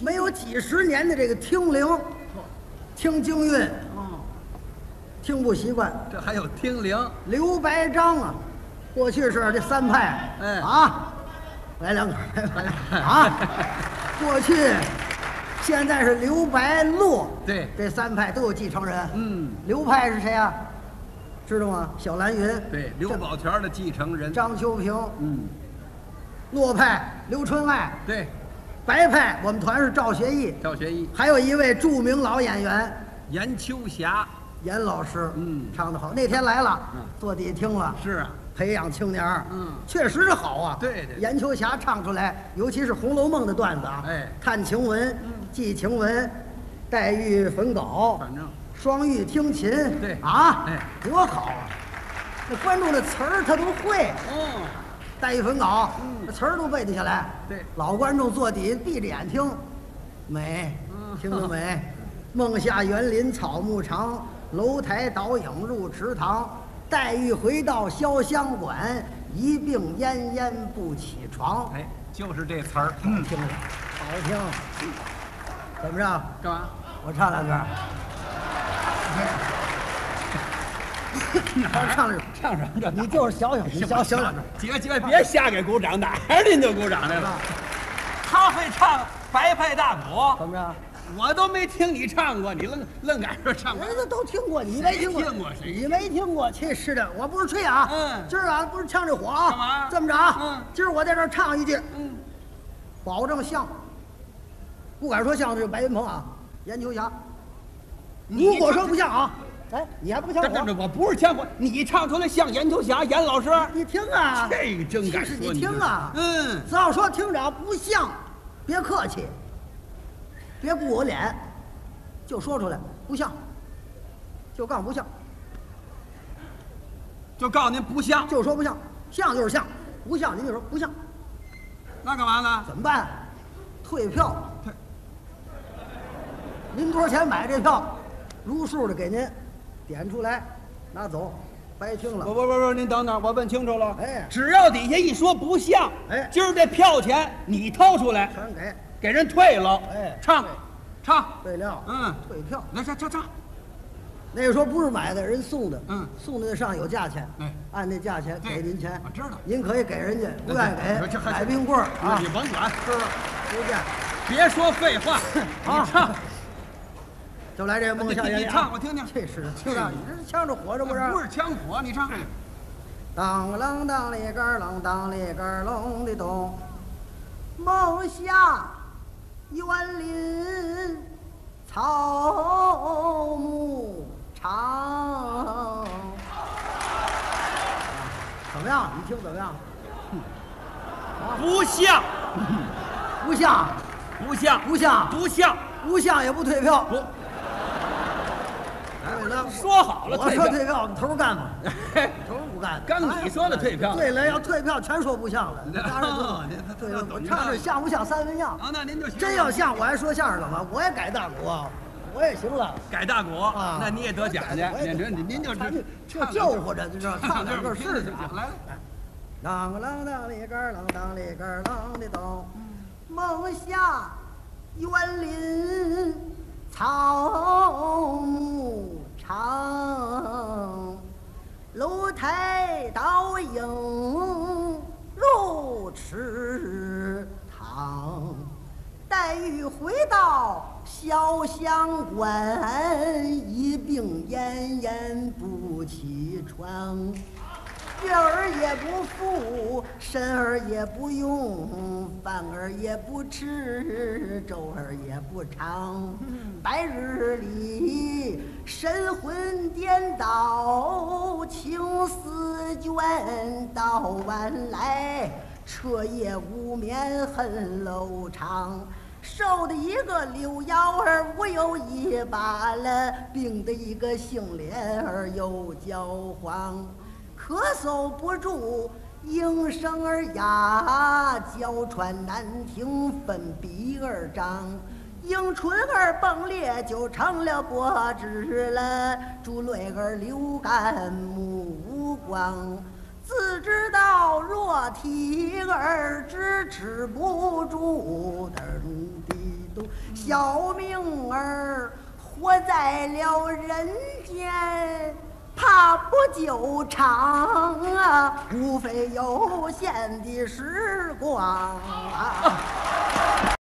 没有几十年的这个听龄，听京韵，哦听不习惯。这还有听铃，刘白章啊，过去是这三派，哎啊，来两口儿 啊，过去，现在是刘白洛，对这三派都有继承人。嗯，刘派是谁啊？知道吗？小兰云，对，刘宝全的继承人，张秋平，嗯，洛派刘春爱，对，白派我们团是赵学义，赵学义、还有一位著名老演员严秋霞，严老师，嗯唱得好。那天来了嗯，坐底下听了，是啊，培养青年儿，嗯确实是好啊。对对严秋霞唱出来，尤其是《红楼梦》的段子啊，哎探晴雯、记晴雯，黛玉焚稿，反正双玉听琴，对啊，哎多好啊！那观众的词儿他都会，哦，黛玉焚稿，嗯那词儿都背得下来。对老观众坐底下闭着眼听，美，嗯听得 美。梦下园林草木长，楼台倒影入池塘。黛玉回到潇湘馆，一病恹恹不起床。哎，嗯就是这词儿，好听着，好听。怎么着？干嘛？我唱两 歌。我唱两句，唱什么这你就是小小，你小小两 句。几个几个，别瞎给鼓掌，哪儿您就鼓掌来了？他会唱白派大鼓，怎么着？我都没听你唱过，你愣愣敢说唱白人家都听过，你没听过？谁听过谁你没听过？这是的，我不是吹啊，嗯今儿啊不是呛这火啊，干嘛这么着啊，嗯今儿我在这儿唱一句，嗯，保证像，不敢说像这个白云鹏啊，阎秋霞，你如果说不像啊，哎，你还不像这这这，我？我不是腔火，你唱出来像阎秋霞、阎老师，你听啊，这个真敢是说你这听啊，嗯，只要说听着啊不像，别客气，别顾我脸，就说出来，不像，就杠不像。就告诉您不像，就说不像，像就是像，不像您就说不像，那干嘛呢？怎么办、退票。您多少钱买这票？如数的给您点出来，拿走，白听不了。不不不，您等等，我问清楚了。哎只要底下一说不像，哎今儿这票钱你掏出来，全给给人退了。哎唱对，啊唱，备料，嗯退票。来唱唱唱，那个时候不是买的，人送的，嗯送的那上有价钱，哎按那价钱给对您钱，我知道您可以给人家，不愿意给这还买冰棍儿啊你，甭管，是吧？不见，别说废话，啊你唱。就来这个梦你想哎你唱我听听哎这是的，是的，你这呛着活着不是？啊不是枪火，你唱。当啷当哩个儿啷当哩个儿啷的咚，梦下园林草木长。怎么样？你听怎么样？啊不像，不像，不像，不像，不像，不像也不退票。不，对了，说好了我退说票。退票，你头儿干嘛？头儿不干。刚你说的退票对了，要退票全说不像了。当然哦就这对了这，懂我一唱道这理像不像三分像？啊，那您就行真要像我还说相声干嘛？我也改大鼓啊，我也行了。改大鼓，啊，那你也得奖去。我也您得这您您就咱是这救活着，你知道，唱两个试试啊。来，啷个啷当里个儿啷当里个儿啷的咚，梦下园林草木长，楼台倒影入池塘。黛玉回到潇湘馆，一病恹恹不起床。月儿也不富，身儿也不用，饭儿也不吃，粥儿也不尝。白日里神魂颠倒，情思倦，到晚来彻夜无眠，恨lâu长。瘦的一个柳腰儿，我有一把了；病的一个杏脸儿，又焦黄。咳嗽不住，应声而哑，娇喘难停，粉鼻而张。樱唇儿迸裂，就成了薄纸了；珠泪儿流干，目无光。自知道若提儿支持不住，噔滴咚，小命儿活在了人间，怕不久长啊，无非有限的时光啊。